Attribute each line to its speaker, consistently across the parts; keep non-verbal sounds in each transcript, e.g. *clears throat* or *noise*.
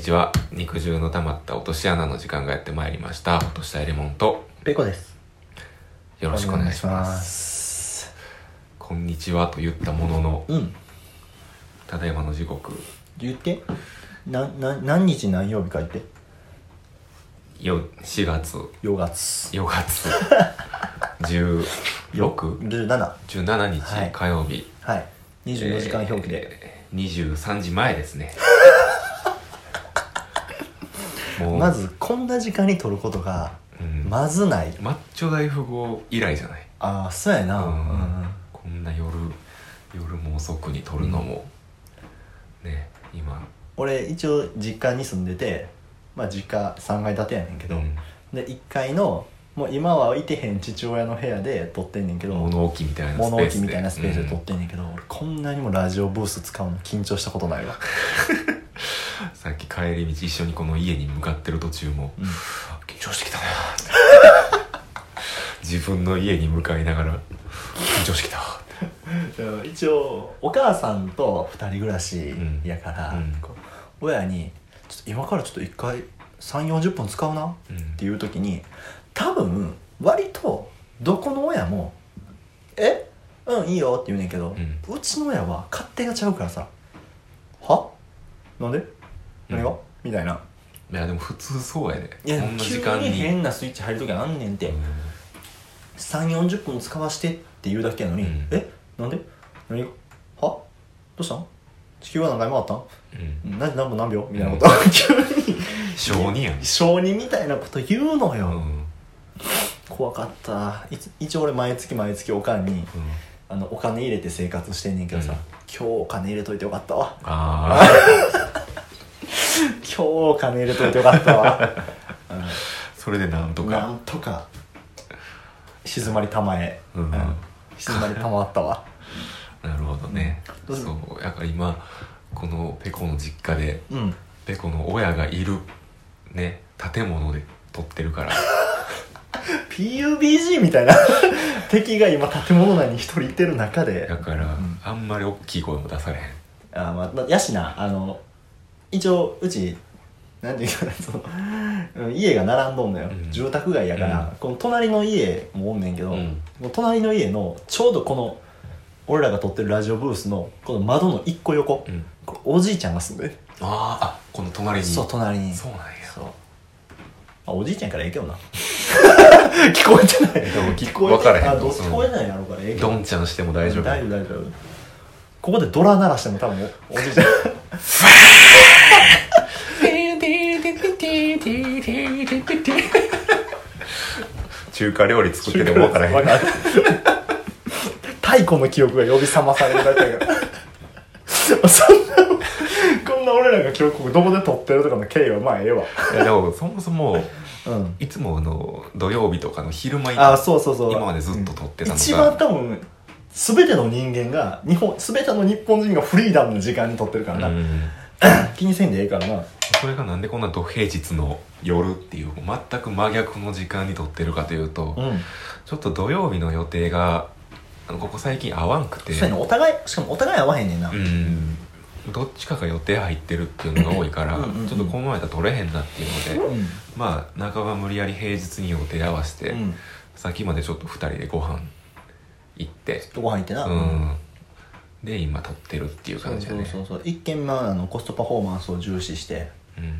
Speaker 1: ちは肉汁の溜まった落とし穴の時間がやってまいりました落としたエレモンと
Speaker 2: ペコです。
Speaker 1: よろしくお願いし
Speaker 2: お願
Speaker 1: ま
Speaker 2: いします
Speaker 1: こんにちはと言ったものの
Speaker 2: うん。
Speaker 1: ただいまの時刻
Speaker 2: 言って。な、な、何日何曜日か言って。
Speaker 1: よ4月
Speaker 2: 4月。
Speaker 1: 4月
Speaker 2: *laughs*
Speaker 1: 1617
Speaker 2: 17。は
Speaker 1: 日
Speaker 2: い
Speaker 1: 火曜日、
Speaker 2: はい。24時間表記で。
Speaker 1: えー23時前です
Speaker 2: *laughs*
Speaker 1: ねも
Speaker 2: まず、こんな時間に撮ることが、
Speaker 1: うん
Speaker 2: まずない。
Speaker 1: マッチョ大富豪以来じゃない
Speaker 2: ああ、そうやな。
Speaker 1: う
Speaker 2: うんん。
Speaker 1: こんな夜夜も遅くに撮るのも、ね今
Speaker 2: 俺、一応、実家に住んでて、まあ、実家3階建てやねんけど、
Speaker 1: うん
Speaker 2: で、1階の、もう今はいてへん父親の部屋で撮ってんねんけど、
Speaker 1: 物置みたいなス
Speaker 2: 物
Speaker 1: ペー
Speaker 2: 置
Speaker 1: スで
Speaker 2: みたいなスペースで撮ってんねんけど、俺こんなにもラジオブース使うの緊張したことない
Speaker 1: *laughs*
Speaker 2: わ、
Speaker 1: うんさっき帰り道一緒にこの家に向かってる途中も
Speaker 2: うん
Speaker 1: 緊張してきたな *laughs* って自分の家に向かいながら緊張してきたって
Speaker 2: 一応お母さんと2人暮らしやから、
Speaker 1: うん
Speaker 2: こう親に「ちょっと今からちょっと1回3 4 0分使うな」っ
Speaker 1: うん
Speaker 2: ていう時に多分割とどこの親も「えうんいいよ」って言うねんけど、うちの親は勝手がちゃうからさ「はなんで何が
Speaker 1: うん
Speaker 2: みたいな。
Speaker 1: いやでも普通そうやで、
Speaker 2: いや
Speaker 1: こんな時
Speaker 2: 急
Speaker 1: 間
Speaker 2: に
Speaker 1: に
Speaker 2: 変なスイッチ入る時あんねんて、
Speaker 1: うん
Speaker 2: 3 4 0分使わしてって言うだけやのに「
Speaker 1: うん
Speaker 2: えなんで何がはどうしたん地球は何回回ったん
Speaker 1: うん
Speaker 2: 何何分何秒?」みたいなこと、 *laughs* 急に
Speaker 1: 小児やん、
Speaker 2: 小児みたいなこと言うのよ、
Speaker 1: うんうん
Speaker 2: 怖かったいつ一応俺毎月毎月おかんにあのお金入れて生活してんねんけどさ、
Speaker 1: うん
Speaker 2: 今日お金入れといてよかったわ
Speaker 1: あ
Speaker 2: *laughs*
Speaker 1: あ
Speaker 2: 今日お金入れといてよかったわ、うん
Speaker 1: *laughs* それでなんと
Speaker 2: な
Speaker 1: か
Speaker 2: んとか静まりたまえ、
Speaker 1: うん
Speaker 2: 静まりたまったわ
Speaker 1: なるほどね、
Speaker 2: うん
Speaker 1: そうだから今このペコの実家で
Speaker 2: うん
Speaker 1: ペコの親がいるね建物で撮ってるから
Speaker 2: PUBG みたいな *laughs* 敵が今建物内に一人いてる中で
Speaker 1: だから、
Speaker 2: うん
Speaker 1: あんまり大きい声も出されへん
Speaker 2: あまあまあやしなあの一応うちなんていうかなそのうん家が並んどんのよ、
Speaker 1: うん
Speaker 2: 住宅街やから、
Speaker 1: うん
Speaker 2: この隣の家もおんねんけど、
Speaker 1: うん
Speaker 2: もう隣の家のちょうどこの俺らが撮ってるラジオブースのこの窓の一個横、
Speaker 1: うん
Speaker 2: これおじいちゃんが住んでる、
Speaker 1: あーあこの隣に
Speaker 2: そう隣に
Speaker 1: そうなんや
Speaker 2: そうまあおじいちゃんやからええけどな *laughs* 聞こえてない
Speaker 1: でも聞
Speaker 2: 聞こえて
Speaker 1: 分からへん
Speaker 2: あどう聞こえないやろうからええけど
Speaker 1: どんちゃんしても大丈夫
Speaker 2: 大丈夫大丈夫ここでドラ鳴らしても多分おおじいちゃん
Speaker 1: 中華料理作ってても分からへん
Speaker 2: わん太古の記憶が呼び覚まされるだけやからそんなこんな俺らが記憶をどこで撮ってるとかの経緯はまあええわ
Speaker 1: いやでもそもそも
Speaker 2: うん
Speaker 1: いつもあの土曜日とかの昼間に
Speaker 2: あそうそうそう
Speaker 1: 今までずっと撮ってたのが
Speaker 2: 一番多分全ての人間が日本全ての日本人がフリーダムの時間に撮ってるからな、
Speaker 1: うん
Speaker 2: *coughs* 気にせんでええからな
Speaker 1: それがなんでこんな土平日の夜っていう全く真逆の時間に撮ってるかというと、
Speaker 2: ん
Speaker 1: ちょっと土曜日の予定があのここ最近合わんくて
Speaker 2: そうやねお互いしかもお互い合わへんねんな、
Speaker 1: うんどっちかが予定入ってるっていうのが多いから
Speaker 2: うんうんうん
Speaker 1: ちょっとこの間撮れへんなっていうので、まあ半ば無理やり平日に予定合わせて、
Speaker 2: うん
Speaker 1: さっきまでちょっと2人でご飯行って
Speaker 2: ご飯行ってな、
Speaker 1: うんで今撮ってるっていう
Speaker 2: そ
Speaker 1: 感
Speaker 2: う
Speaker 1: じだ
Speaker 2: そ
Speaker 1: ね
Speaker 2: うそうそう一見まああのコストパフォーマンスを重視して
Speaker 1: うん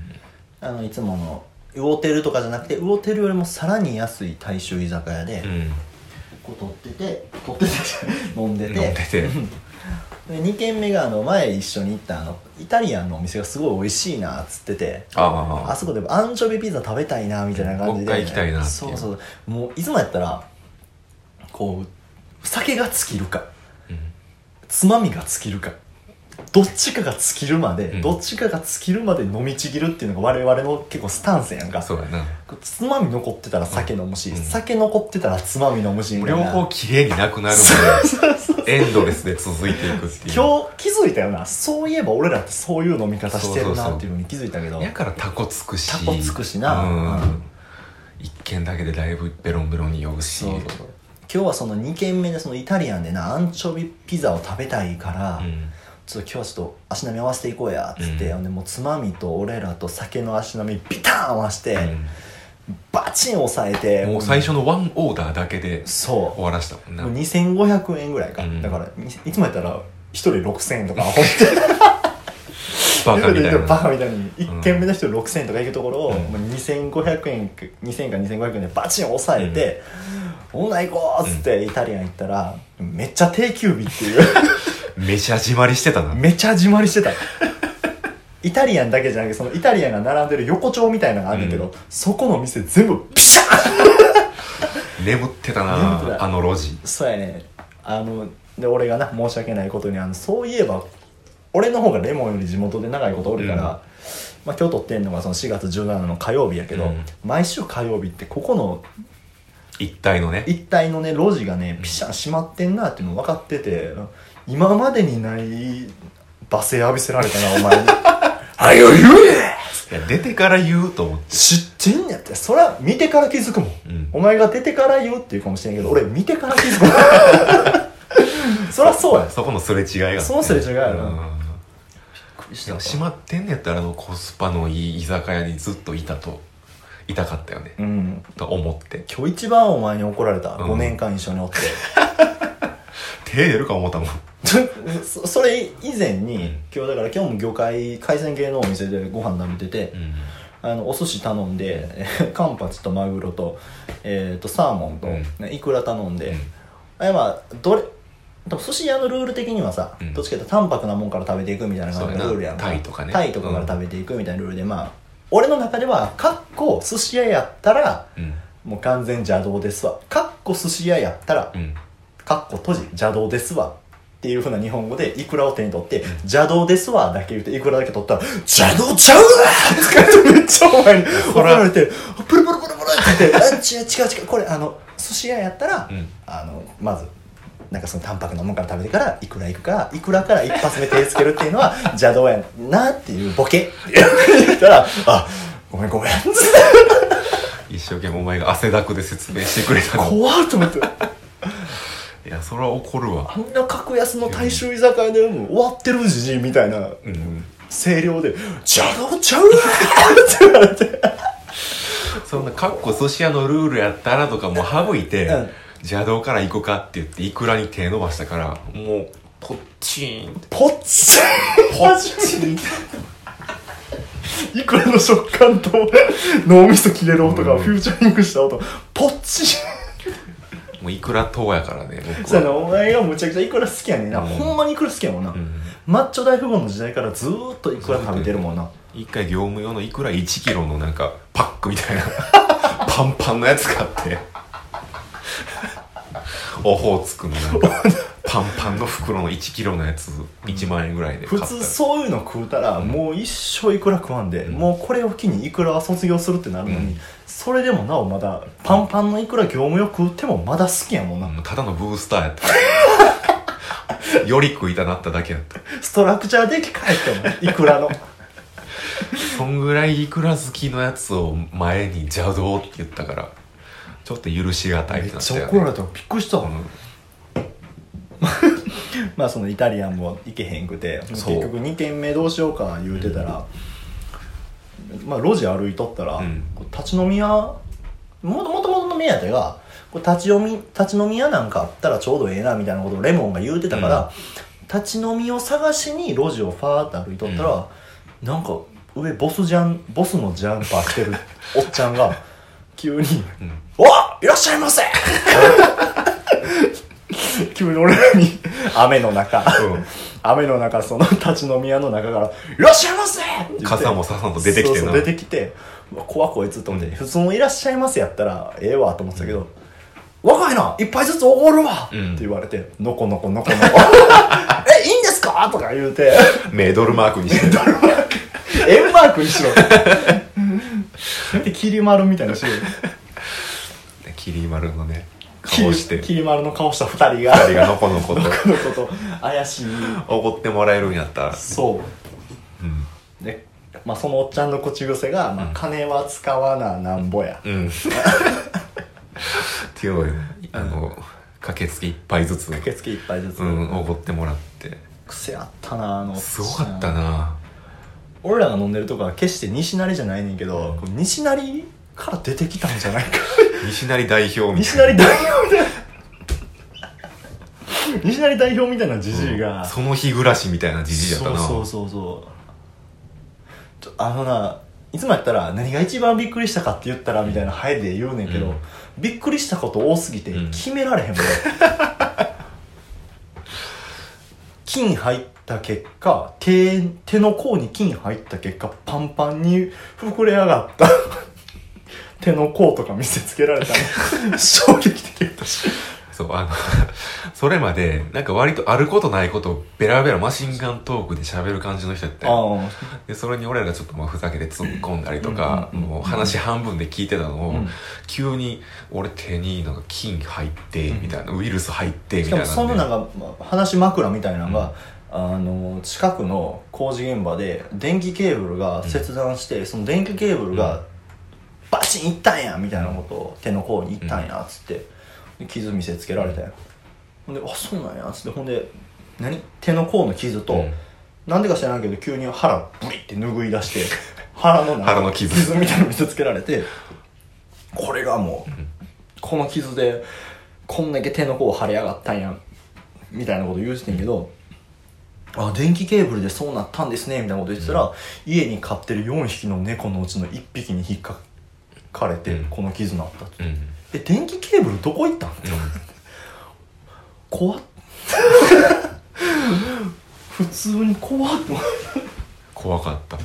Speaker 2: あのいつもの魚テルとかじゃなくて魚テルよりもさらに安い大衆居酒屋で、
Speaker 1: うん
Speaker 2: こう取ってて取ってて飲んでて *laughs*
Speaker 1: 飲んでて
Speaker 2: うんで2軒目があの前一緒に行ったあのイタリアンのお店がすごい美味しいなっつってて
Speaker 1: ああ
Speaker 2: あそこでアンチョビピザ食べたいなみたいな
Speaker 1: も
Speaker 2: 感じで、
Speaker 1: う一回行きたいなっていう
Speaker 2: そうそうもういつもやったらこう酒が尽きるか
Speaker 1: うん
Speaker 2: つまみが尽きるかどっちかが尽きるまで、
Speaker 1: うん
Speaker 2: どっちかが尽きるまで飲みちぎるっていうのが我々の結構スタンスやんか
Speaker 1: そうやな
Speaker 2: つまみ残ってたら酒飲むし、
Speaker 1: うん
Speaker 2: 酒残ってたらつまみ飲むしみたい
Speaker 1: 両
Speaker 2: な
Speaker 1: 方綺麗になくなる
Speaker 2: そうそうそう
Speaker 1: までエンドレスで続いていくっていう
Speaker 2: 今日気づいたよなそういえば俺らってそういう飲み方してるなっていうのに気づいたけど
Speaker 1: やからタコつくし
Speaker 2: タコつくしな
Speaker 1: うん
Speaker 2: うん
Speaker 1: 一軒だけでだいぶベロンベロンに酔うし
Speaker 2: そうそうそう今日はその2軒目でそのイタリアンでなアンチョビピザを食べたいから、
Speaker 1: うん
Speaker 2: ちょっと今日はちょっと足並み合わせていこうやっつって、
Speaker 1: うん
Speaker 2: ほんでもうつまみと俺らと酒の足並みビターン合わせて、
Speaker 1: う
Speaker 2: バチン押さえて
Speaker 1: ん、もう最初のワンオーダーだけで
Speaker 2: そう
Speaker 1: 終わらしたもんな
Speaker 2: もう2500円ぐらいか、
Speaker 1: うん
Speaker 2: だからにいつもやったら一人6000円とか本当に
Speaker 1: *laughs* バカみたい
Speaker 2: バカ
Speaker 1: な
Speaker 2: みたいに1軒目の人6000円とか行くところを、
Speaker 1: うん
Speaker 2: もう2500円か2000円か2500円でバチン押さえて「オん、女行こう!」っつってイタリアン行ったらめっちゃ定休日っていう
Speaker 1: めちゃ締まりしてたな
Speaker 2: めちゃ自まりしてたイタリアンだけじゃなくてそのイタリアンが並んでる横丁みたいなのがあるんだけ
Speaker 1: う
Speaker 2: ど、
Speaker 1: ん
Speaker 2: そこの店全部ピシャッ
Speaker 1: 眠ってた
Speaker 2: 眠って
Speaker 1: な
Speaker 2: た
Speaker 1: あの路地
Speaker 2: そうやねあので俺がな申し訳ないことにあのそういえば俺の方がレモンより地元で長いことおるから、
Speaker 1: うん
Speaker 2: まあ、今日撮ってんのがその4月17の火曜日やけ
Speaker 1: う
Speaker 2: ど、
Speaker 1: ん
Speaker 2: 毎週火曜日ってここの
Speaker 1: 一体のね
Speaker 2: 一帯のね路地がねピシャン閉まってんなっていうの分かってて今までにない罵声浴びせられたなお
Speaker 1: *laughs*
Speaker 2: 前に「はよ言え!」
Speaker 1: いや出てから言うと思って
Speaker 2: 知ってんねやってそれは見てから気づくもん、
Speaker 1: うん
Speaker 2: お前が出てから言うっていうかもしれんけど俺見てから気づ
Speaker 1: *laughs*
Speaker 2: くもんそりゃそうや
Speaker 1: そこのすれ違いがあって
Speaker 2: そのすれ違いやな
Speaker 1: うんでも閉まってんねやったらあのコスパのいい居酒屋にずっといたといたかったよね
Speaker 2: うん
Speaker 1: と思って
Speaker 2: 今日一番お前に怒られた、
Speaker 1: うん
Speaker 2: 5年間一緒におって *laughs*
Speaker 1: 手出るか思ったもん
Speaker 2: そそれ以前に、
Speaker 1: うん
Speaker 2: 今日だから今日も魚介海鮮系のお店でご飯食べてて、あのお寿司頼んで *laughs* えーカンパチとマグロと,、えー、とサーモンと、
Speaker 1: うん
Speaker 2: ねイクラ頼んで、
Speaker 1: うん
Speaker 2: あれまあどれでも寿司屋のルール的にはさ、
Speaker 1: うん
Speaker 2: どっちかというと淡白なもんから食べていくみたいな
Speaker 1: そう
Speaker 2: 感じ
Speaker 1: や
Speaker 2: の
Speaker 1: な
Speaker 2: ルールやん
Speaker 1: タイとかね
Speaker 2: タイとかから食べていくみたいなルールで、まあ俺の中ではかっこ寿司屋やったら
Speaker 1: うん
Speaker 2: もう完全邪道ですわかっこ寿司屋やったら
Speaker 1: うん
Speaker 2: かっこ閉じ邪道ですわっていうふうな日本語でイクラを手に取って邪道ですわだけ言ってイクラだけ取ったら邪道ちゃうわって言ってめっちゃお前に怒られてプルプルプルプルって言ってあ違う違う違うこれあの寿司屋やったら、
Speaker 1: うん
Speaker 2: あのまずなんかその淡白なもんから食べてからいくらいくからいくらから一発目手つけるっていうのは *laughs* 邪道やなっていうボケ言ったらあごめんごめんって
Speaker 1: 一生懸命お前が汗だくで説明してくれたの
Speaker 2: 怖っと思って。
Speaker 1: いやそれは怒るわ
Speaker 2: あんな格安の大衆居酒屋でもう終わってるじじいみたいな
Speaker 1: うん
Speaker 2: 声量で「邪道ちゃうわ!」って言われて
Speaker 1: そんなかっこ寿司屋のルールやったらとかもう省いて、
Speaker 2: うん
Speaker 1: 邪道から行こうかって言っていくらに手伸ばしたからもうポッチーンって
Speaker 2: ポッチポッチいくらの食感と脳みそ切れる音が
Speaker 1: うん
Speaker 2: フューチャリングした音ポッチ
Speaker 1: もういくら党やからね僕
Speaker 2: そうや
Speaker 1: は
Speaker 2: なお前がむちゃくちゃいくら好きやねんな、
Speaker 1: うん
Speaker 2: ほんまにいくら好きやもんな、
Speaker 1: ん
Speaker 2: マッチョ大富豪の時代からずーっといくら食べてるもんな
Speaker 1: 一回業務用のいくら1キロのなんかパックみたいな *laughs* パンパンのやつ買って *laughs* オホーツクのなんかパンパンの袋の1キロのやつ1万円ぐらいで買
Speaker 2: 普
Speaker 1: った
Speaker 2: 通そういうの食うたらもう一生いくら食わんで、
Speaker 1: うん
Speaker 2: もうこれを機にいくらは卒業するってなるのに、
Speaker 1: うん
Speaker 2: それでもなおまだパンパンのいくら業務用食うてもまだ好きやもんな、
Speaker 1: うんただのブースターやったより食いた *laughs* なっただけやった
Speaker 2: ストラクチャーでき返ってもんいく
Speaker 1: *laughs*
Speaker 2: らの
Speaker 1: そんぐらいいくら好きのやつを前に邪道って言ったからちょっと許しがたいっ
Speaker 2: め
Speaker 1: て
Speaker 2: っ
Speaker 1: なっ
Speaker 2: ち
Speaker 1: た
Speaker 2: ゃ
Speaker 1: よ
Speaker 2: 怒ら
Speaker 1: ね
Speaker 2: れたびっくりしたわ、まあそのイタリアンも行けへんくて結
Speaker 1: そう
Speaker 2: 局2軒目どうしようか言うてたら、まあ路地歩いとったら、
Speaker 1: うん
Speaker 2: こう立ち飲み屋もともともとの目当てがこう立ち読み立ち飲み屋なんかあったらちょうどええなみたいなことをレモンが言うてたから、立ち飲みを探しに路地をファーって歩いとったら、なんか上ボスジャンボスのジャンパー着てるおっちゃ
Speaker 1: *laughs*
Speaker 2: んが急に
Speaker 1: うん
Speaker 2: 「おいらっしゃい
Speaker 1: *laughs*
Speaker 2: ませ!」急に俺らに雨の中、
Speaker 1: うん
Speaker 2: 雨の中その立ち飲み屋の中から「いらっしゃいませ!」って言って
Speaker 1: 傘もささんと出てきて
Speaker 2: そう
Speaker 1: な
Speaker 2: そう出てきて「うわ怖こいつ」と思って、
Speaker 1: うん
Speaker 2: 普通の「いらっしゃいませ」やったらええわと思ってたけど「若いな一杯ずつおごるわ!」
Speaker 1: うん
Speaker 2: って言われて「のこのこのこの
Speaker 1: *laughs*
Speaker 2: こ」「えいいんですか?」とか言うて
Speaker 1: メドルマークにしてた
Speaker 2: 「円マークに
Speaker 1: *laughs*
Speaker 2: しろ」ってきり丸みたいなし
Speaker 1: きり丸のね顔して
Speaker 2: きり丸の顔した二人が
Speaker 1: 二人がのこのこと
Speaker 2: のこのこと怪しい
Speaker 1: おごってもらえるんやったら
Speaker 2: そう
Speaker 1: うん
Speaker 2: で、まあ、そのおっちゃんの口癖が、まあ、金は使わななんぼや、
Speaker 1: うんっていうのをねあの駆けつけ一杯ずつ
Speaker 2: 受付一杯ずつ、
Speaker 1: うんおごってもらって
Speaker 2: 癖あったなあの
Speaker 1: すごかったな
Speaker 2: 俺らが飲んでるとこは決して西成じゃないねんけど、
Speaker 1: うん
Speaker 2: こう西成から出てきたんじゃないか *laughs*
Speaker 1: 西成代表み
Speaker 2: 西
Speaker 1: たい
Speaker 2: 成
Speaker 1: な
Speaker 2: 代表みたいな西成代表みたいなじじいが、
Speaker 1: その日暮らしみたいなじじいやったな
Speaker 2: そうそうそうそうちょあのないつもやったら何が一番びっくりしたかって言ったらみたいなハエで言うねんけど、
Speaker 1: うん
Speaker 2: びっくりしたこと多すぎて
Speaker 1: うん
Speaker 2: 決め
Speaker 1: *laughs*
Speaker 2: られへんもん、金入った結果手手の甲に金入った結果パンパンに膨れ上がった
Speaker 1: *laughs*
Speaker 2: 手の甲とか見せつけられた
Speaker 1: *laughs*
Speaker 2: の衝撃的やったし
Speaker 1: そうあのそれまでなんか割とあることないことをベラベラマシンガントークで喋る感じの人やったよ
Speaker 2: あ
Speaker 1: でそれに俺らがちょっとまあふざけて突っ込んだりとか、
Speaker 2: うんうんうん
Speaker 1: もう話半分で聞いてたのを、
Speaker 2: うん
Speaker 1: 急に俺手になんか菌入ってみたいな、ウイルス入ってみ
Speaker 2: したか
Speaker 1: いな
Speaker 2: も
Speaker 1: んで
Speaker 2: そのなんかまあ話枕みたいなのが、あの近くの工事現場で電気ケーブルが切断して、その電気ケーブル
Speaker 1: うん
Speaker 2: がバチンいったんやみたいなことを手の甲にいったんやっつって、で傷見せつけられたんやほんで「あそうなんや」っつってほんで何手の甲の傷と、
Speaker 1: うん
Speaker 2: なんでか知らんけど急に腹ブリって拭い出して腹の中
Speaker 1: 腹の傷
Speaker 2: みたいなの見せつけられてこれがもう、この傷でこんだけ手の甲腫れ上がったんやみたいなこと言うてんけど、あ電気ケーブルでそうなったんですねみたいなこと言ってたら、家に飼ってる4匹の猫のうちの1匹に引っかかれて、
Speaker 1: うん
Speaker 2: この傷になったって、
Speaker 1: うん
Speaker 2: え電気ケーブルどこ行ったん
Speaker 1: *laughs*
Speaker 2: 怖っ普通に怖っって思って
Speaker 1: 怖かった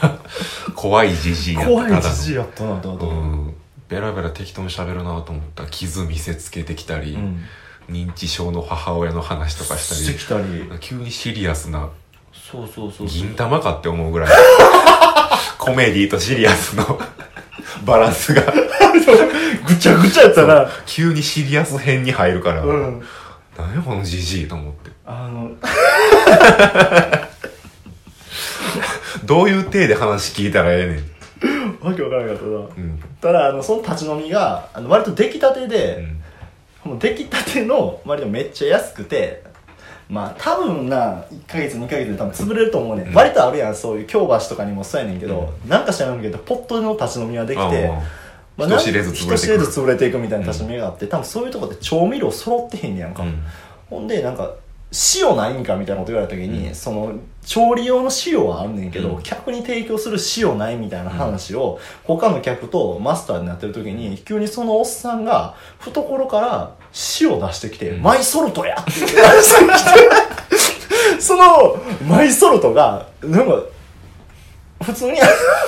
Speaker 1: *laughs* 怖いじじいやった
Speaker 2: 怖い
Speaker 1: ただ
Speaker 2: じじいやったなと思
Speaker 1: の
Speaker 2: っ
Speaker 1: うんベラベラ適当に喋るなと思ったら傷見せつけてきたり、
Speaker 2: て、うん、
Speaker 1: 認知症の母親の話とかした
Speaker 2: して
Speaker 1: り
Speaker 2: きたり
Speaker 1: 急にシリアスな
Speaker 2: そうそうそうそう
Speaker 1: 銀玉かって思う
Speaker 2: *laughs*
Speaker 1: ぐらいコメディとシリアスのバランスが
Speaker 2: *laughs* ぐちゃぐちゃやったな
Speaker 1: 急にシリアス編に入るから、
Speaker 2: うん
Speaker 1: 何やこのじじいと思って
Speaker 2: あの *laughs*
Speaker 1: どういう体で話聞いたらええねん
Speaker 2: わけわからなかったな
Speaker 1: うん
Speaker 2: ただあのその立ち飲みがあの割と出来たて
Speaker 1: う
Speaker 2: で、
Speaker 1: ん
Speaker 2: もう出来たての割とめっちゃ安くてまあ多分な1ヶ月2ヶ月で多分潰れると思うね、、
Speaker 1: うんん
Speaker 2: 割とあるやんそういう京橋とかにもそうやねんけど、なんか知らんけどポットの立ち飲みはできて
Speaker 1: あ
Speaker 2: まあ
Speaker 1: 人知れず潰れていく
Speaker 2: 人知れず潰れていくみたいな立ち飲みがあって、多分そういうとこで調味料揃ってへんねやん
Speaker 1: あ
Speaker 2: か、
Speaker 1: うん
Speaker 2: ほんでなんか塩ないんかみたいなこと言われた時に、
Speaker 1: うん
Speaker 2: その調理用の塩はあんねんけど、
Speaker 1: うん
Speaker 2: 客に提供する塩ないみたいな話を、他の客とマスターになってる時に急にそのおっさんが懐から塩出してきて「
Speaker 1: うん
Speaker 2: マイソルトや!」 *laughs* って出してきてそのマイソルトがなんか普通に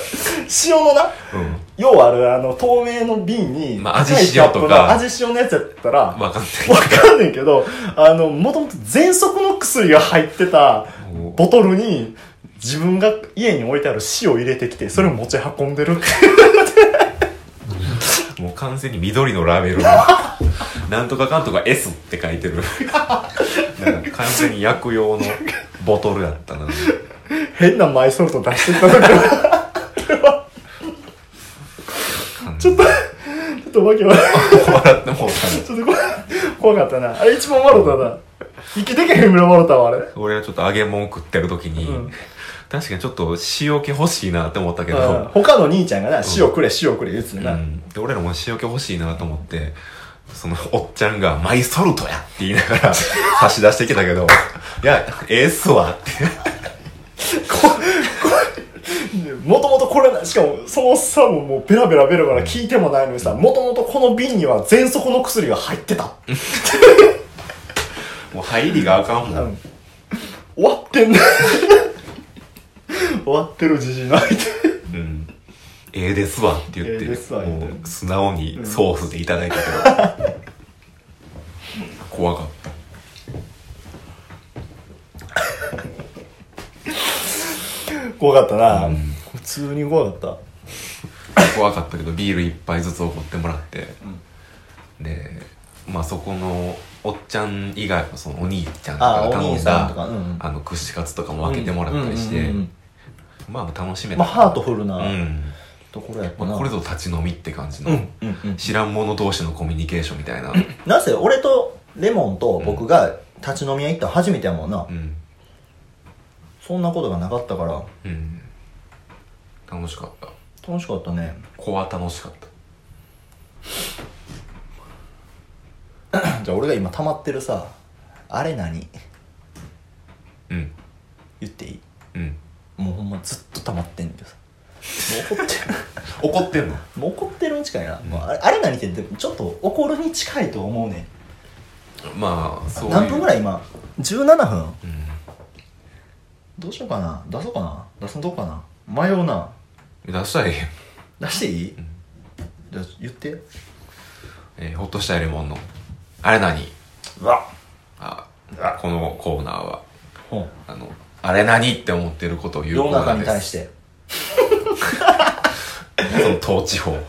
Speaker 2: *laughs* 塩のな
Speaker 1: うん
Speaker 2: 要はあるあの透明の瓶に、
Speaker 1: まあ味塩とか
Speaker 2: 高いキャップの味塩のやつやったら、
Speaker 1: 分かん
Speaker 2: わかんねんけど、あの、もともと喘息の薬が入ってた
Speaker 1: ないもう
Speaker 2: ボトルに、自分が家に置いてある塩を入れてきて、それを持ち運んでる
Speaker 1: *laughs*
Speaker 2: っていう。
Speaker 1: もう完全に緑のラベ *laughs* ルのなんとかかんとか S って書い *laughs* てるなんか完全に薬用のボトルだったな
Speaker 2: 変なマイソルト出してた時は、
Speaker 1: ちょっと
Speaker 2: ちょっとわけわからん
Speaker 1: 笑ってもうたね
Speaker 2: ちょっと怖い怖かったな。あれ一番笑ったな。生きてけへんぐらい笑ったわ、あれ。
Speaker 1: 俺はちょっと揚げ物食ってる時に、
Speaker 2: うん
Speaker 1: 確かにちょっと塩気欲しいなって思ったけ
Speaker 2: うん
Speaker 1: ど、
Speaker 2: 他の兄ちゃんがな、塩くれ、塩くれ言うつねん
Speaker 1: う
Speaker 2: な。
Speaker 1: ん、で俺らも塩気欲しいなと思ってそのおっちゃんが「マイソルトや!」って言いながら *laughs* 差し出してきたけど「いやええっすわ」って
Speaker 2: もともとこれな、しかもそのおっさんももうベラベラベラベラ聞いてもないのにさ、もともとこの瓶には喘息の薬が入ってた。
Speaker 1: もう入りがあかんもん、
Speaker 2: うん終わってんね終わってるじじいの相手
Speaker 1: うんええですわって言って、
Speaker 2: ええですわ言うて
Speaker 1: もう素直にソースでいただいたけど、 *laughs* 怖かった
Speaker 2: 怖かったな、
Speaker 1: うん
Speaker 2: 普通に怖かった
Speaker 1: 怖かったけどビール一杯ずつおごってもらって、でまあそこのおっちゃん以外もそのお兄ちゃんとかが頼んだあ
Speaker 2: うんうん
Speaker 1: の串カツとかも分けてもらったりして、
Speaker 2: うんうんうん
Speaker 1: まあ楽しめ
Speaker 2: うん
Speaker 1: た
Speaker 2: まあハートフルな
Speaker 1: うん、
Speaker 2: ところやったな、
Speaker 1: まあ、これぞ立ち飲みって感じの、
Speaker 2: うんうんうん
Speaker 1: 知らん者同士のコミュニケーションみたいな、
Speaker 2: なぜ俺とレモンと僕が立ち飲み屋行ったの初めてやもんな、
Speaker 1: うん
Speaker 2: そんなことがなかったから
Speaker 1: うん楽しかった
Speaker 2: 楽しかったね
Speaker 1: 子は楽しかった
Speaker 2: じゃあ俺が今溜まってるさあれ何
Speaker 1: うん
Speaker 2: 言っていい
Speaker 1: うん
Speaker 2: もうほんまずっと溜まってんけど *laughs* さもう怒ってる
Speaker 1: 怒ってんの
Speaker 2: もう怒ってるに近いな、
Speaker 1: ん
Speaker 2: もうあれあれ何ってでもちょっと怒るに近いと思うね
Speaker 1: まあそういう
Speaker 2: 何分ぐらい今17
Speaker 1: う
Speaker 2: 分
Speaker 1: ん
Speaker 2: どうしようかな出そうかな出すんとこかな迷うな
Speaker 1: 出したらええやん
Speaker 2: 出していい、じゃあ言って
Speaker 1: えー、ほっとしたよりもんのあれ何
Speaker 2: うわ
Speaker 1: あこのコーナーは
Speaker 2: ほん
Speaker 1: あのあれ何って思ってることを言う
Speaker 2: 世
Speaker 1: コ
Speaker 2: の
Speaker 1: ーナー
Speaker 2: 中に
Speaker 1: で
Speaker 2: 対
Speaker 1: す
Speaker 2: して
Speaker 1: その統治法なん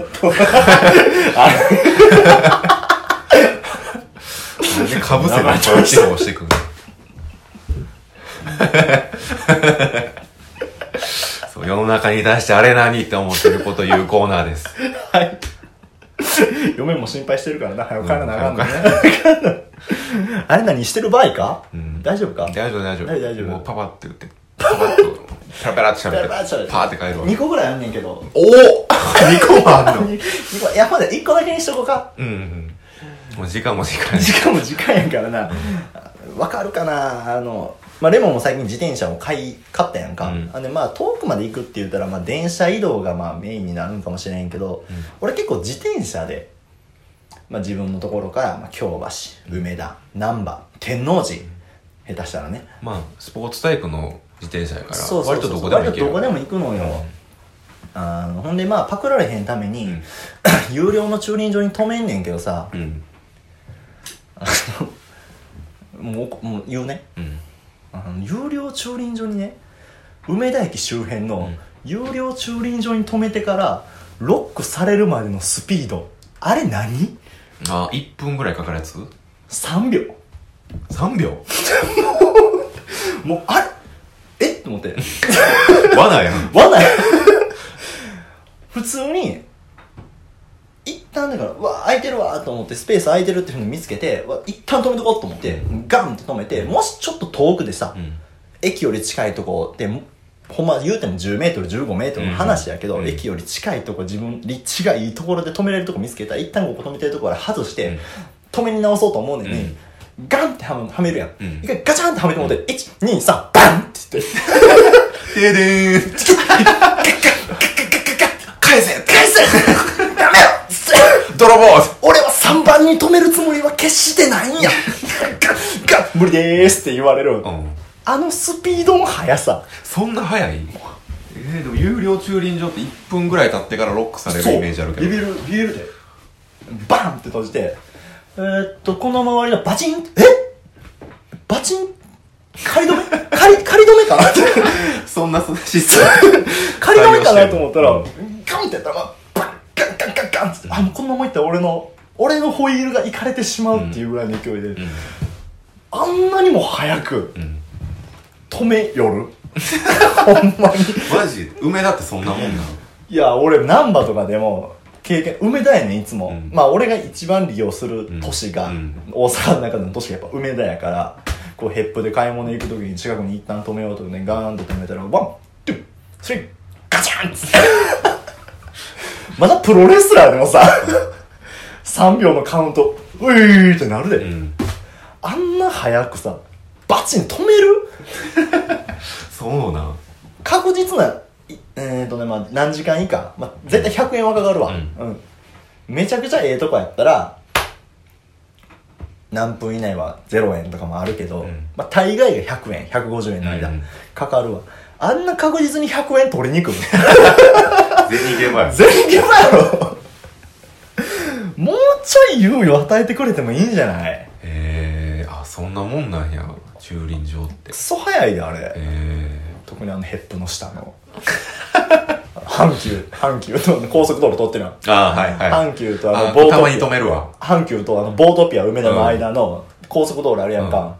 Speaker 1: でかぶせて統治法してくんのそう世の中に対してあれ何って思ってることを言うコーナーです
Speaker 2: はい *laughs* 嫁も心配してるからな早く帰らなあかんのね、 *laughs* あれ何してる場合か、
Speaker 1: ん
Speaker 2: 大丈夫か
Speaker 1: 大丈夫大丈夫
Speaker 2: 大丈夫大丈夫
Speaker 1: もうパパって言ってパパッとペラペラって喋って
Speaker 2: ペラペラって喋って
Speaker 1: パーって帰るわ
Speaker 2: 2個ぐらいあんねんけど
Speaker 1: おお !2 個もあんの
Speaker 2: *laughs* 二個いやまだ1個だけにしとこうか
Speaker 1: うんうん。もう時間も時間やし
Speaker 2: しかも時間やからなわかるかなあの、まあ、レモンも最近自転車を買い買ったやんか、
Speaker 1: うん
Speaker 2: あでまあ遠くまで行くって言ったら、まあ、電車移動がまあメインになるんかもしれんけど、俺結構自転車で、まあ、自分のところから、まあ、京橋梅田難波天王寺、下手したらね
Speaker 1: まあ、スポーツタイプの自転車やから、
Speaker 2: そうそうそう
Speaker 1: 割とどこでも行け
Speaker 2: 割とどこ
Speaker 1: る。
Speaker 2: でも行くのよ、あのほんでまあパクられへんために、
Speaker 1: うん
Speaker 2: *laughs* 有料の駐輪場に止めんねんけどさ
Speaker 1: うん。
Speaker 2: もうもう言うね
Speaker 1: うん。
Speaker 2: あの有料駐輪場にね梅田駅周辺の有料駐輪場に止めてからロックされるまでのスピードあれ何
Speaker 1: あ、1分ぐらいかかるやつ
Speaker 2: ?3 秒
Speaker 1: ?3 秒
Speaker 2: もうあれえっと思って
Speaker 1: 罠やん。
Speaker 2: 罠 *laughs* 普通に一旦だからうわ空いてるわと思ってスペース空いてるっていうふうに見つけてうわ一旦止めとこうと思ってガンって止めてもしちょっと遠くでさ、
Speaker 1: うん。
Speaker 2: 駅より近いとこでほんま言うても1 0メートル1 5メートルの話やけど、
Speaker 1: うん
Speaker 2: 駅より近いとこ自分立地がいいところで止めれるとこ見つけたら一旦ここ止めてるとこから外して、
Speaker 1: うん
Speaker 2: 止めに直そうと思うのに、ガンってはめはめるやん、
Speaker 1: うん
Speaker 2: 一回ガチャンってはめてもって、123バンって言って
Speaker 1: *laughs* ででーん。
Speaker 2: 返せ返せやめろ
Speaker 1: 泥棒
Speaker 2: 俺は3番に止めるつもりは決してないんやガンガン無理でーすって言われ
Speaker 1: う
Speaker 2: る、
Speaker 1: ん。
Speaker 2: あのスピードの速さ
Speaker 1: そんな早いえー、でも有料駐輪場って1分ぐらい経ってからロックされるイメージあるけど。
Speaker 2: ビビるビビるでバンって閉じてえーっとこの周りのバチンえバチン仮止め仮仮止めかなって
Speaker 1: そんなシス
Speaker 2: *laughs* 仮止めかなと思ったら
Speaker 1: うん
Speaker 2: ガンってやったらバンガンガンガンガンっつってあもうこのままいったら俺の俺のホイールがいかれてしまうっていうぐらいの勢いで、あんなにも早く
Speaker 1: うん。
Speaker 2: 止め *laughs* よるほんまに
Speaker 1: *laughs* マジ梅田ってそんなもんなの
Speaker 2: いや俺難波とかでも経験梅田やねんいつも、
Speaker 1: うん
Speaker 2: まあ俺が一番利用する都市が、
Speaker 1: うん
Speaker 2: 大阪の中での都市がやっぱ梅田やからこうヘップで買い物行く時に近くに一旦止めようとかねガーンと止めたらワンツースリーガチャンっつってまだプロレスラーでもさ3秒のカウントういーってなるで、
Speaker 1: うん。
Speaker 2: あんな早くさバチン止める
Speaker 1: そうなん。
Speaker 2: 確実ないえー、とねまあ何時間以下、まあ、絶対100円はかかるわ、
Speaker 1: う
Speaker 2: うんめちゃくちゃええとこやったら何分以内は0円とかもあるけど、
Speaker 1: うん
Speaker 2: まあ、大概が100円150円の間、
Speaker 1: うん
Speaker 2: かかるわあんな確実に100円取りに行く *laughs*
Speaker 1: 銭ゲバや。
Speaker 2: 全然だろもうちょい猶予与えてくれてもいいんじゃない
Speaker 1: えー、あ、そんなもんなんや。駐輪場って
Speaker 2: ク。ソ早いであれ
Speaker 1: え
Speaker 2: 特にあのヘッドの下の *laughs* 阪急阪急と高速道路通ってるやん
Speaker 1: ー、あー、はいはい。
Speaker 2: 阪急とあの
Speaker 1: あ
Speaker 2: ボート
Speaker 1: たまに止めるわ。
Speaker 2: 阪急とあのボートピア梅田の間の高速道路あるやんか、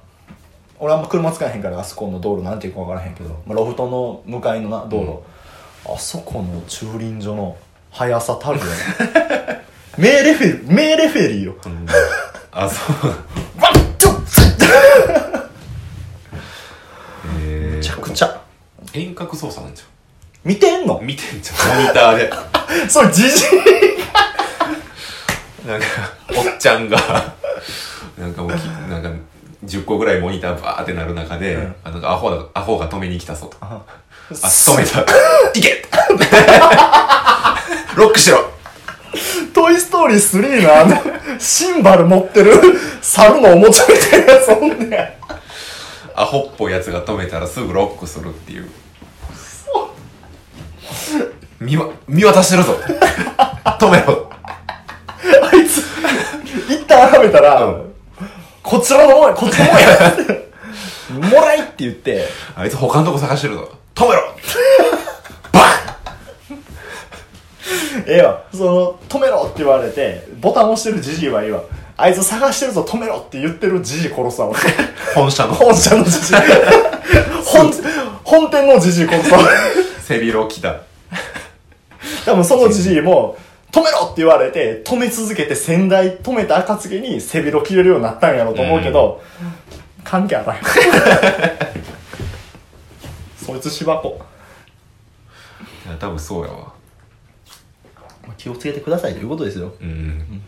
Speaker 2: 俺あんま車使えへんからあそこの道路なんていうか分からへんけど、まあ、ロフトの向かいのな道路、あそこの駐輪所の速さたるやん *laughs* 名レフェリー名レフェリーよ
Speaker 1: あ、 *laughs* そう。
Speaker 2: ワンツースリー
Speaker 1: え
Speaker 2: めちゃ
Speaker 1: ー、
Speaker 2: くちゃ
Speaker 1: 遠隔操作なんじゃ
Speaker 2: 見てんの
Speaker 1: ん見てんじゃんモニターで
Speaker 2: それじじい
Speaker 1: なんかおっちゃんがなんかもうきなんか10個ぐらいモニターバーってなる中で、
Speaker 2: うん
Speaker 1: あなんかアホだアホが止めに来たぞとあ
Speaker 2: そ
Speaker 1: 止め *laughs* たいけロックしろ
Speaker 2: トイ・ストーリー3のあの、シンバル持ってる猿のおもちゃみたいなやつおんねん。
Speaker 1: アホっぽいやつが止めたらすぐロックするっていう見わ見渡してるぞ止めろ
Speaker 2: あいつ、一旦はめたら、
Speaker 1: うん
Speaker 2: こちらのもんや、こっちのもんや。 *laughs* もらいって言って、
Speaker 1: あいつ他のとこ探してるぞ止めろ
Speaker 2: ええわ、その、止めろって言われて、ボタン押してるじじいはいいわ。あいつ探してるぞ、止めろって言ってるじじい殺すわ、 *laughs* 俺。
Speaker 1: 本社の
Speaker 2: 本社のじじい。本、本店のじじい殺すわ。
Speaker 1: 背広着た
Speaker 2: 多分そのじじいも、止めろって言われて、止め続けて先代止めた暁に背広切れるようになったんやろうと思うけど、関係あらへん。そいつ芝子。
Speaker 1: いや多分そうやわ
Speaker 2: 気をつけてくださいということですよ。
Speaker 1: うん、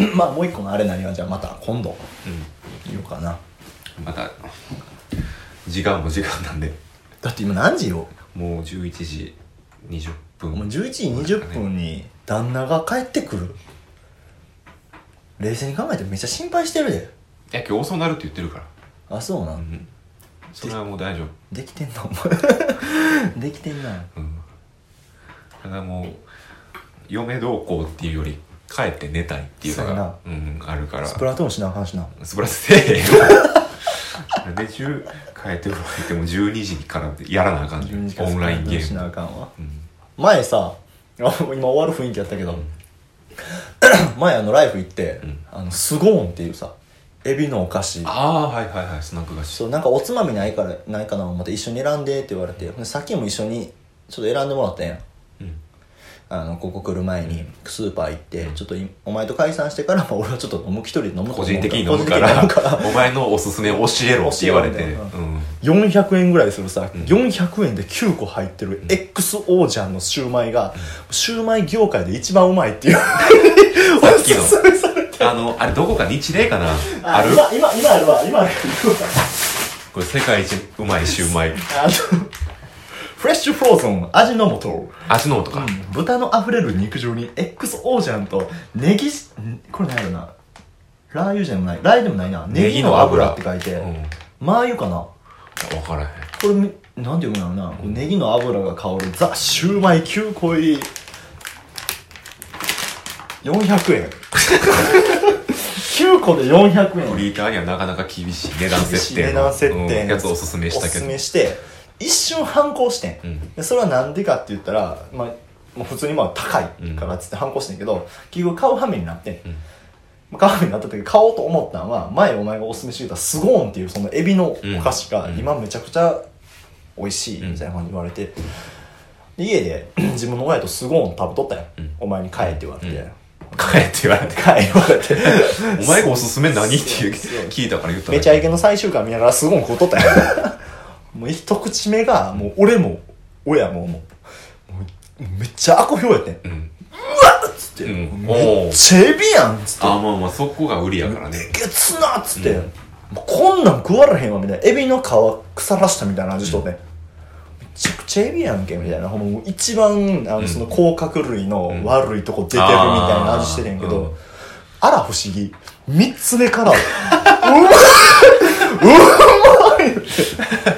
Speaker 1: うん、
Speaker 2: まあもう一個のあれなりは、じゃあまた今度、言おうかな。
Speaker 1: また時間も時間なんで
Speaker 2: だって今何時よ
Speaker 1: もう11時20分
Speaker 2: もう11時20分に旦那が帰ってくる。冷静に考えてめっちゃ心配してるで。
Speaker 1: いや今日遅なるって言ってるから
Speaker 2: あ、そうな。
Speaker 1: うんんそれはもう大丈夫
Speaker 2: できてんな、お前。 *laughs* できてんな。
Speaker 1: うんただもう嫁同行っていうより帰って寝たいっていうの
Speaker 2: そうや
Speaker 1: がうんあるから
Speaker 2: スプラトゥーンしなあかんしな。
Speaker 1: 素晴らしい
Speaker 2: *laughs*
Speaker 1: なんで10帰ってもらっても12時からやらなあかんじゃんオンラインゲ
Speaker 2: し
Speaker 1: ー
Speaker 2: なあ
Speaker 1: ム
Speaker 2: かんわ
Speaker 1: うん
Speaker 2: 前さ *laughs* あ今終わる雰囲気やったけど、 *coughs* 前あのライフ行って、
Speaker 1: うん
Speaker 2: あのスゴーンっていうさエビのお菓子
Speaker 1: ああーはいはいはいスナック菓子
Speaker 2: そうなんかおつまみないからないかな思って一緒に選んでって言われてほんでさっきも一緒にちょっと選んでもらったんや
Speaker 1: うん
Speaker 2: あのここ来る前にスーパー行って、ちょっといお前と解散してから、まあ、俺はちょっと飲む一人で飲むと思
Speaker 1: 個
Speaker 2: うから
Speaker 1: 人的に飲むか
Speaker 2: *laughs* 個人的に飲むから
Speaker 1: らお前のおすすめ教えろって言われて
Speaker 2: 教えろみた
Speaker 1: う
Speaker 2: い
Speaker 1: ん
Speaker 2: 400円ぐらいするさ、
Speaker 1: うん
Speaker 2: 400円で9個入ってる XO ジャンのシューマイが、シューマイ業界で一番うまいってい
Speaker 1: *laughs*
Speaker 2: う
Speaker 1: さっき
Speaker 2: *laughs*
Speaker 1: の
Speaker 2: おすすめされて
Speaker 1: あのあれどこか日例かなある
Speaker 2: 今今今あるわ今ある
Speaker 1: これ世界一うまいシュウマイ
Speaker 2: あのフレッシュフローズン味の素
Speaker 1: 味の素か
Speaker 2: 豚のあふれる肉汁に XO ジャンとネギしんこれ何やろなラー油じゃないラー油でもないなネギの油って書いて、
Speaker 1: うん
Speaker 2: マー油かな
Speaker 1: 分からへん
Speaker 2: これみなんて読むんやろな、こうネギの油が香るザ・シューマイ9個入り400円9個で400円
Speaker 1: フリーターにはなかなか厳しい値段設定
Speaker 2: 値段設定
Speaker 1: うんやつをおすすめしたけ
Speaker 2: おすす
Speaker 1: ど
Speaker 2: めして一瞬反抗してん、
Speaker 1: うん
Speaker 2: でそれはなんでかって言ったら、まあ、もう普通にまあ高いからっつって反抗してんけど、結局買う羽目になってん、
Speaker 1: ん
Speaker 2: まあ買う羽目になった時買おうと思ったのは前お前がおすすめしてたスゴーンっていうそのエビのお菓子が
Speaker 1: うん
Speaker 2: 今めちゃくちゃ美味しいみたいな感じに言われて、で家で *clears throat* 自分の親とスゴーン食べとったやん、
Speaker 1: うん
Speaker 2: お前に買えって言われて、
Speaker 1: うん帰って言われて
Speaker 2: 買え言われて
Speaker 1: お前がおすすめ何っていう
Speaker 2: そう
Speaker 1: 聞いたから言った
Speaker 2: めちゃイケの最終回見ながらすごい食うとったよもう一口目がもう俺も親ももうもうめっちゃアコ表やってん
Speaker 1: うん
Speaker 2: つって、
Speaker 1: うん
Speaker 2: めっちゃエビやんつって
Speaker 1: あまあまあそこが売りやからね
Speaker 2: *laughs* えげつなっつって、
Speaker 1: うん
Speaker 2: もうこんなん食われへんわみたいなエビの皮腐らしたみたいな味しとって、めちゃくちゃエビやんけみたいなほんまもう一番あ
Speaker 1: う
Speaker 2: の
Speaker 1: ん
Speaker 2: その甲殻類の悪いとこ出てるみたいな味しててんけど、
Speaker 1: うん
Speaker 2: あら不思議三つ目からうまいうま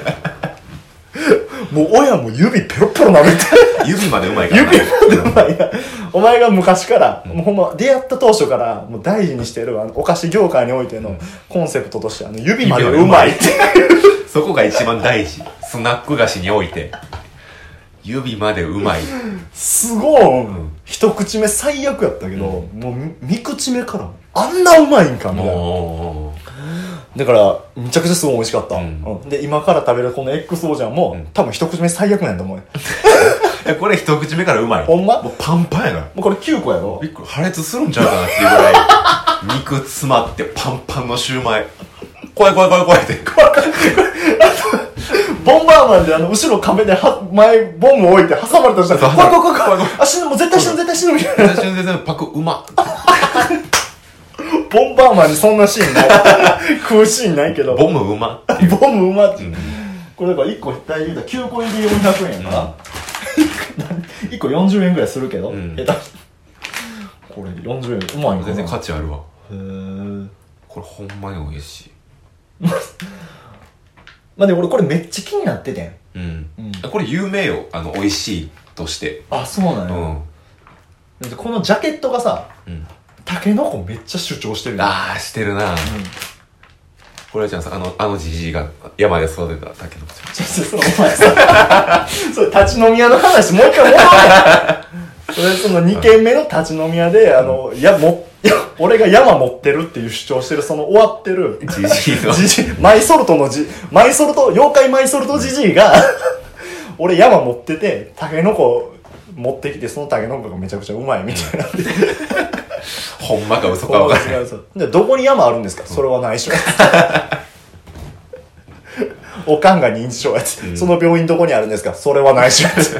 Speaker 2: いってもう親も指ペロペロ舐めて
Speaker 1: 指までうまいから
Speaker 2: 指
Speaker 1: な
Speaker 2: までうまいやお前が昔から、もうほんま出会った当初からもう大事にしてるあのお菓子業界においてのコンセプトとしてあの指までうまいって
Speaker 1: *laughs* そこが一番大事スナック菓子において指までう
Speaker 2: *laughs*
Speaker 1: まい
Speaker 2: すごい、
Speaker 1: ん
Speaker 2: 一口目最悪やったけど、もうみ三口目からあんなうまいんかみたいな
Speaker 1: も
Speaker 2: だからめちゃくちゃすごい美味しかった、
Speaker 1: うん
Speaker 2: うんで今から食べるこの XO ジャンも、
Speaker 1: うん
Speaker 2: 多分一口目最悪なんだもんも
Speaker 1: ういやこれ一口目からうまい
Speaker 2: ほんま
Speaker 1: もうパンパンやから
Speaker 2: うこれ9個やろ
Speaker 1: びっくり破裂するんちゃうかなっていうぐらい肉詰まってパンパンのシューマイ怖い怖い怖い怖いって
Speaker 2: ボンバーマンであの後ろ壁では前ボム置いて挟まれた人
Speaker 1: そう
Speaker 2: 怖い怖い怖い怖いあ死ぬもう絶対死ぬ絶対死ぬみたいな
Speaker 1: 最初に全然パクうまっ
Speaker 2: ボンバーマンにそんなシーンない
Speaker 1: *laughs*
Speaker 2: 食うシーンないけど
Speaker 1: ボムうまっ
Speaker 2: ボムうまっこれだから1個大体言うたら9個入りで400円やから、1個40円ぐら *laughs* いするけど、
Speaker 1: うん
Speaker 2: 下手しこれ40円うまいんか
Speaker 1: 全
Speaker 2: な
Speaker 1: 然価値あるわ
Speaker 2: へー
Speaker 1: これほんまに美味しい
Speaker 2: まあでも俺これめっちゃ気になっててん
Speaker 1: うん、
Speaker 2: うん
Speaker 1: これ有名よあの美味しいとして
Speaker 2: あそうな
Speaker 1: うん
Speaker 2: の、よだってこのジャケットがさ
Speaker 1: うん、
Speaker 2: タケノコめっちゃ主張してるやん
Speaker 1: ああしてるなこれはちゃんさあのあのじじいが山で育てたタケノコちゃん
Speaker 2: ちょちょそれお前さそれ立ち飲み屋の話もう一回戻れそれその2軒目の立ち飲み屋であの、いやもいや俺が山持ってるっていう主張してるその終わってる
Speaker 1: じじいの
Speaker 2: じじいマイソルトのじマイソルト妖怪マイソルトじじいが俺山持っててタケノコ持ってきてそのタケノコがめちゃくちゃうまいみたいな、
Speaker 1: ほんまか嘘か分からない
Speaker 2: 違うそうでどこに山あるんですか、それは内緒おかんが認知症やつ、
Speaker 1: うん
Speaker 2: その病院どこにあるんですかそれは内緒やつ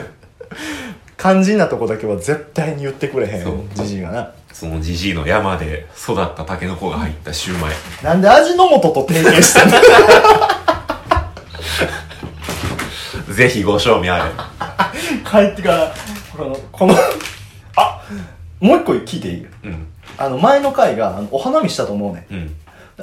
Speaker 2: 肝心なとこだけは絶対に言ってくれへ
Speaker 1: そうん
Speaker 2: じじいがな
Speaker 1: そのじじいの山で育ったタケノコが入ったシューマイ
Speaker 2: なんで味の素と提携してん
Speaker 1: *laughs*
Speaker 2: の
Speaker 1: ぜひご賞味あれ
Speaker 2: 帰ってからこのこのあもう一個聞いていい
Speaker 1: うん
Speaker 2: あの前の回があのお花見したと思うねん
Speaker 1: うん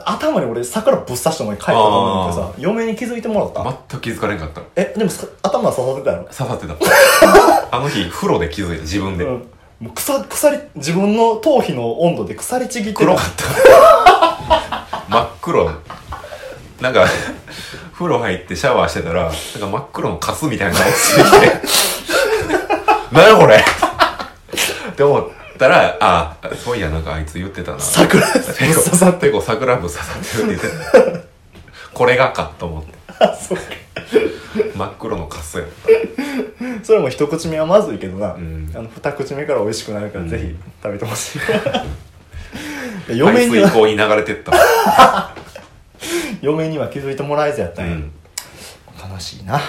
Speaker 2: 頭に俺桜ぶっ刺したお前帰ったと思うんだけどさ嫁に気づいてもらった、
Speaker 1: 全く気づかれんかった
Speaker 2: えでもさ頭刺さってたやろ
Speaker 1: 刺さって
Speaker 2: *laughs*
Speaker 1: たあの日風呂で気づいた自分で、
Speaker 2: うんもう腐腐り自分の頭皮の温度で腐りちぎってる
Speaker 1: 黒かった
Speaker 2: *laughs*
Speaker 1: 真っ黒なんか風呂入ってシャワーしてたらなんか真っ黒のカスみたいなのが落ちてき
Speaker 2: *laughs*
Speaker 1: て何やこれって思ったらあそういやなんかあいつ言ってたな
Speaker 2: 桜ぶっ *laughs* 刺さって
Speaker 1: ペコ桜部刺さってるって言ってたこれがかと思って
Speaker 2: あそうか
Speaker 1: 真っ黒のカスや
Speaker 2: それも一口目はまずいけどな、
Speaker 1: ん
Speaker 2: あの二口目から美味しくなるからぜひ食べて
Speaker 1: *laughs*
Speaker 2: ほしい、いや
Speaker 1: 排
Speaker 2: 嫁に
Speaker 1: 水
Speaker 2: は
Speaker 1: 溝に流れてった、
Speaker 2: 嫁には気づいてもらえずやった
Speaker 1: うん
Speaker 2: や、
Speaker 1: ん、
Speaker 2: 悲しいない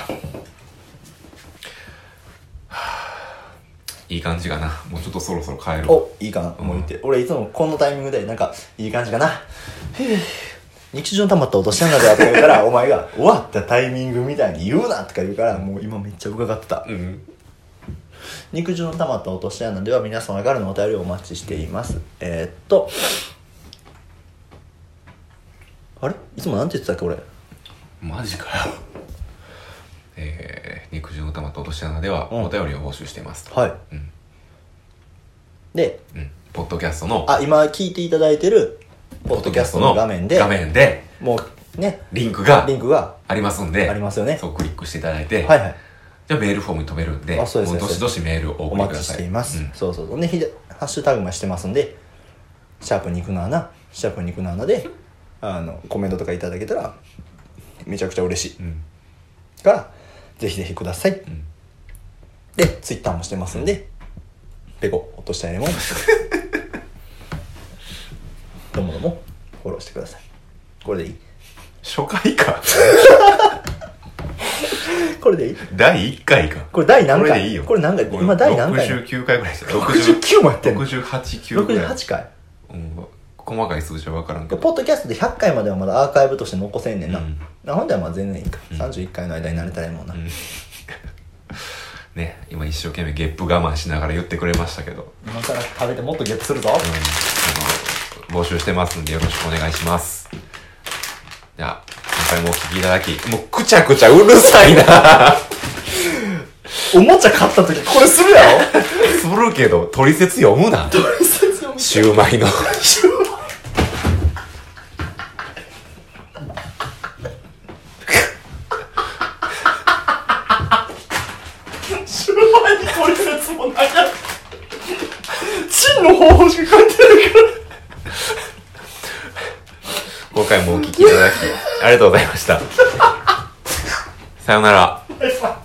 Speaker 1: い感じかなもうちょっとそろそろ帰る
Speaker 2: おいいかなもう言って、俺いつもこのタイミングでなんかいい感じかなふぅ日常に溜まった落とし穴だとか言うからお前が終わったタイミングみたいに言うなとか言うからもう今めっちゃ伺ってた
Speaker 1: うん
Speaker 2: 肉汁の溜まった落とし穴では皆様からのお便りをお待ちしていますえーっとあれいつもなんて言ってたっけ俺
Speaker 1: マジかよえー、肉汁の玉と落とし穴では
Speaker 2: うん
Speaker 1: お便りを募集していますと、
Speaker 2: はい
Speaker 1: うん
Speaker 2: で
Speaker 1: うん、ポッドキャストの
Speaker 2: あ今聞いていただいてるポッドキャストの画面で
Speaker 1: 画面で
Speaker 2: もうね
Speaker 1: リンクが
Speaker 2: リンクが
Speaker 1: ありますんで
Speaker 2: ありますよね
Speaker 1: そうクリックしていただいて、
Speaker 2: はいはい
Speaker 1: じゃあメールフォームに飛べるんで
Speaker 2: あそうです
Speaker 1: もどしどしメールをお
Speaker 2: お
Speaker 1: 送り
Speaker 2: 待
Speaker 1: くだ
Speaker 2: ち
Speaker 1: さ
Speaker 2: し
Speaker 1: い
Speaker 2: ています、
Speaker 1: うん
Speaker 2: そうそうそうねひでハッシュタグもしてますんで「シャープ肉の穴」「シャープ肉の穴で」あのコメントとかいただけたらめちゃくちゃ嬉し
Speaker 1: うん
Speaker 2: いからぜひぜひください
Speaker 1: うん
Speaker 2: でツイッターもしてますんで、ペコ落とした
Speaker 1: *laughs*
Speaker 2: いレモンどうもどうもフォローしてくださいこれでいい
Speaker 1: 初回か *laughs*
Speaker 2: これでいい
Speaker 1: 第1回か
Speaker 2: これ第何
Speaker 1: こ
Speaker 2: 回
Speaker 1: れでいいよ
Speaker 2: これ何回
Speaker 1: これ
Speaker 2: 今第何回なの
Speaker 1: 69回ぐらいしてる
Speaker 2: 69もやってんの
Speaker 1: 689ぐらい
Speaker 2: ?68 回
Speaker 1: うん、細かい数字は分からんけ
Speaker 2: で
Speaker 1: ど
Speaker 2: ポッドキャストで100回まではまだアーカイブとして残せんねんな、
Speaker 1: うん
Speaker 2: なほんではまあ全然いいか、
Speaker 1: ん
Speaker 2: 31回の間になれたらいいもんな、
Speaker 1: うんね今一生懸命ゲップ我慢しながら言ってくれましたけど、
Speaker 2: 今から食べてもっとゲップするぞ、
Speaker 1: うん、あの募集してますんでよろしくお願いしますじゃあ今回もお聞きいただきもうくちゃくちゃうるさい *laughs* な
Speaker 2: おもちゃ買った時これするやろ
Speaker 1: するけど取説読むなシューマイの
Speaker 2: シューマイに取説もないやチンの方法しか書いてないから
Speaker 1: 今回もお聞きいただきありがとうございましたさよなら
Speaker 2: バイバイ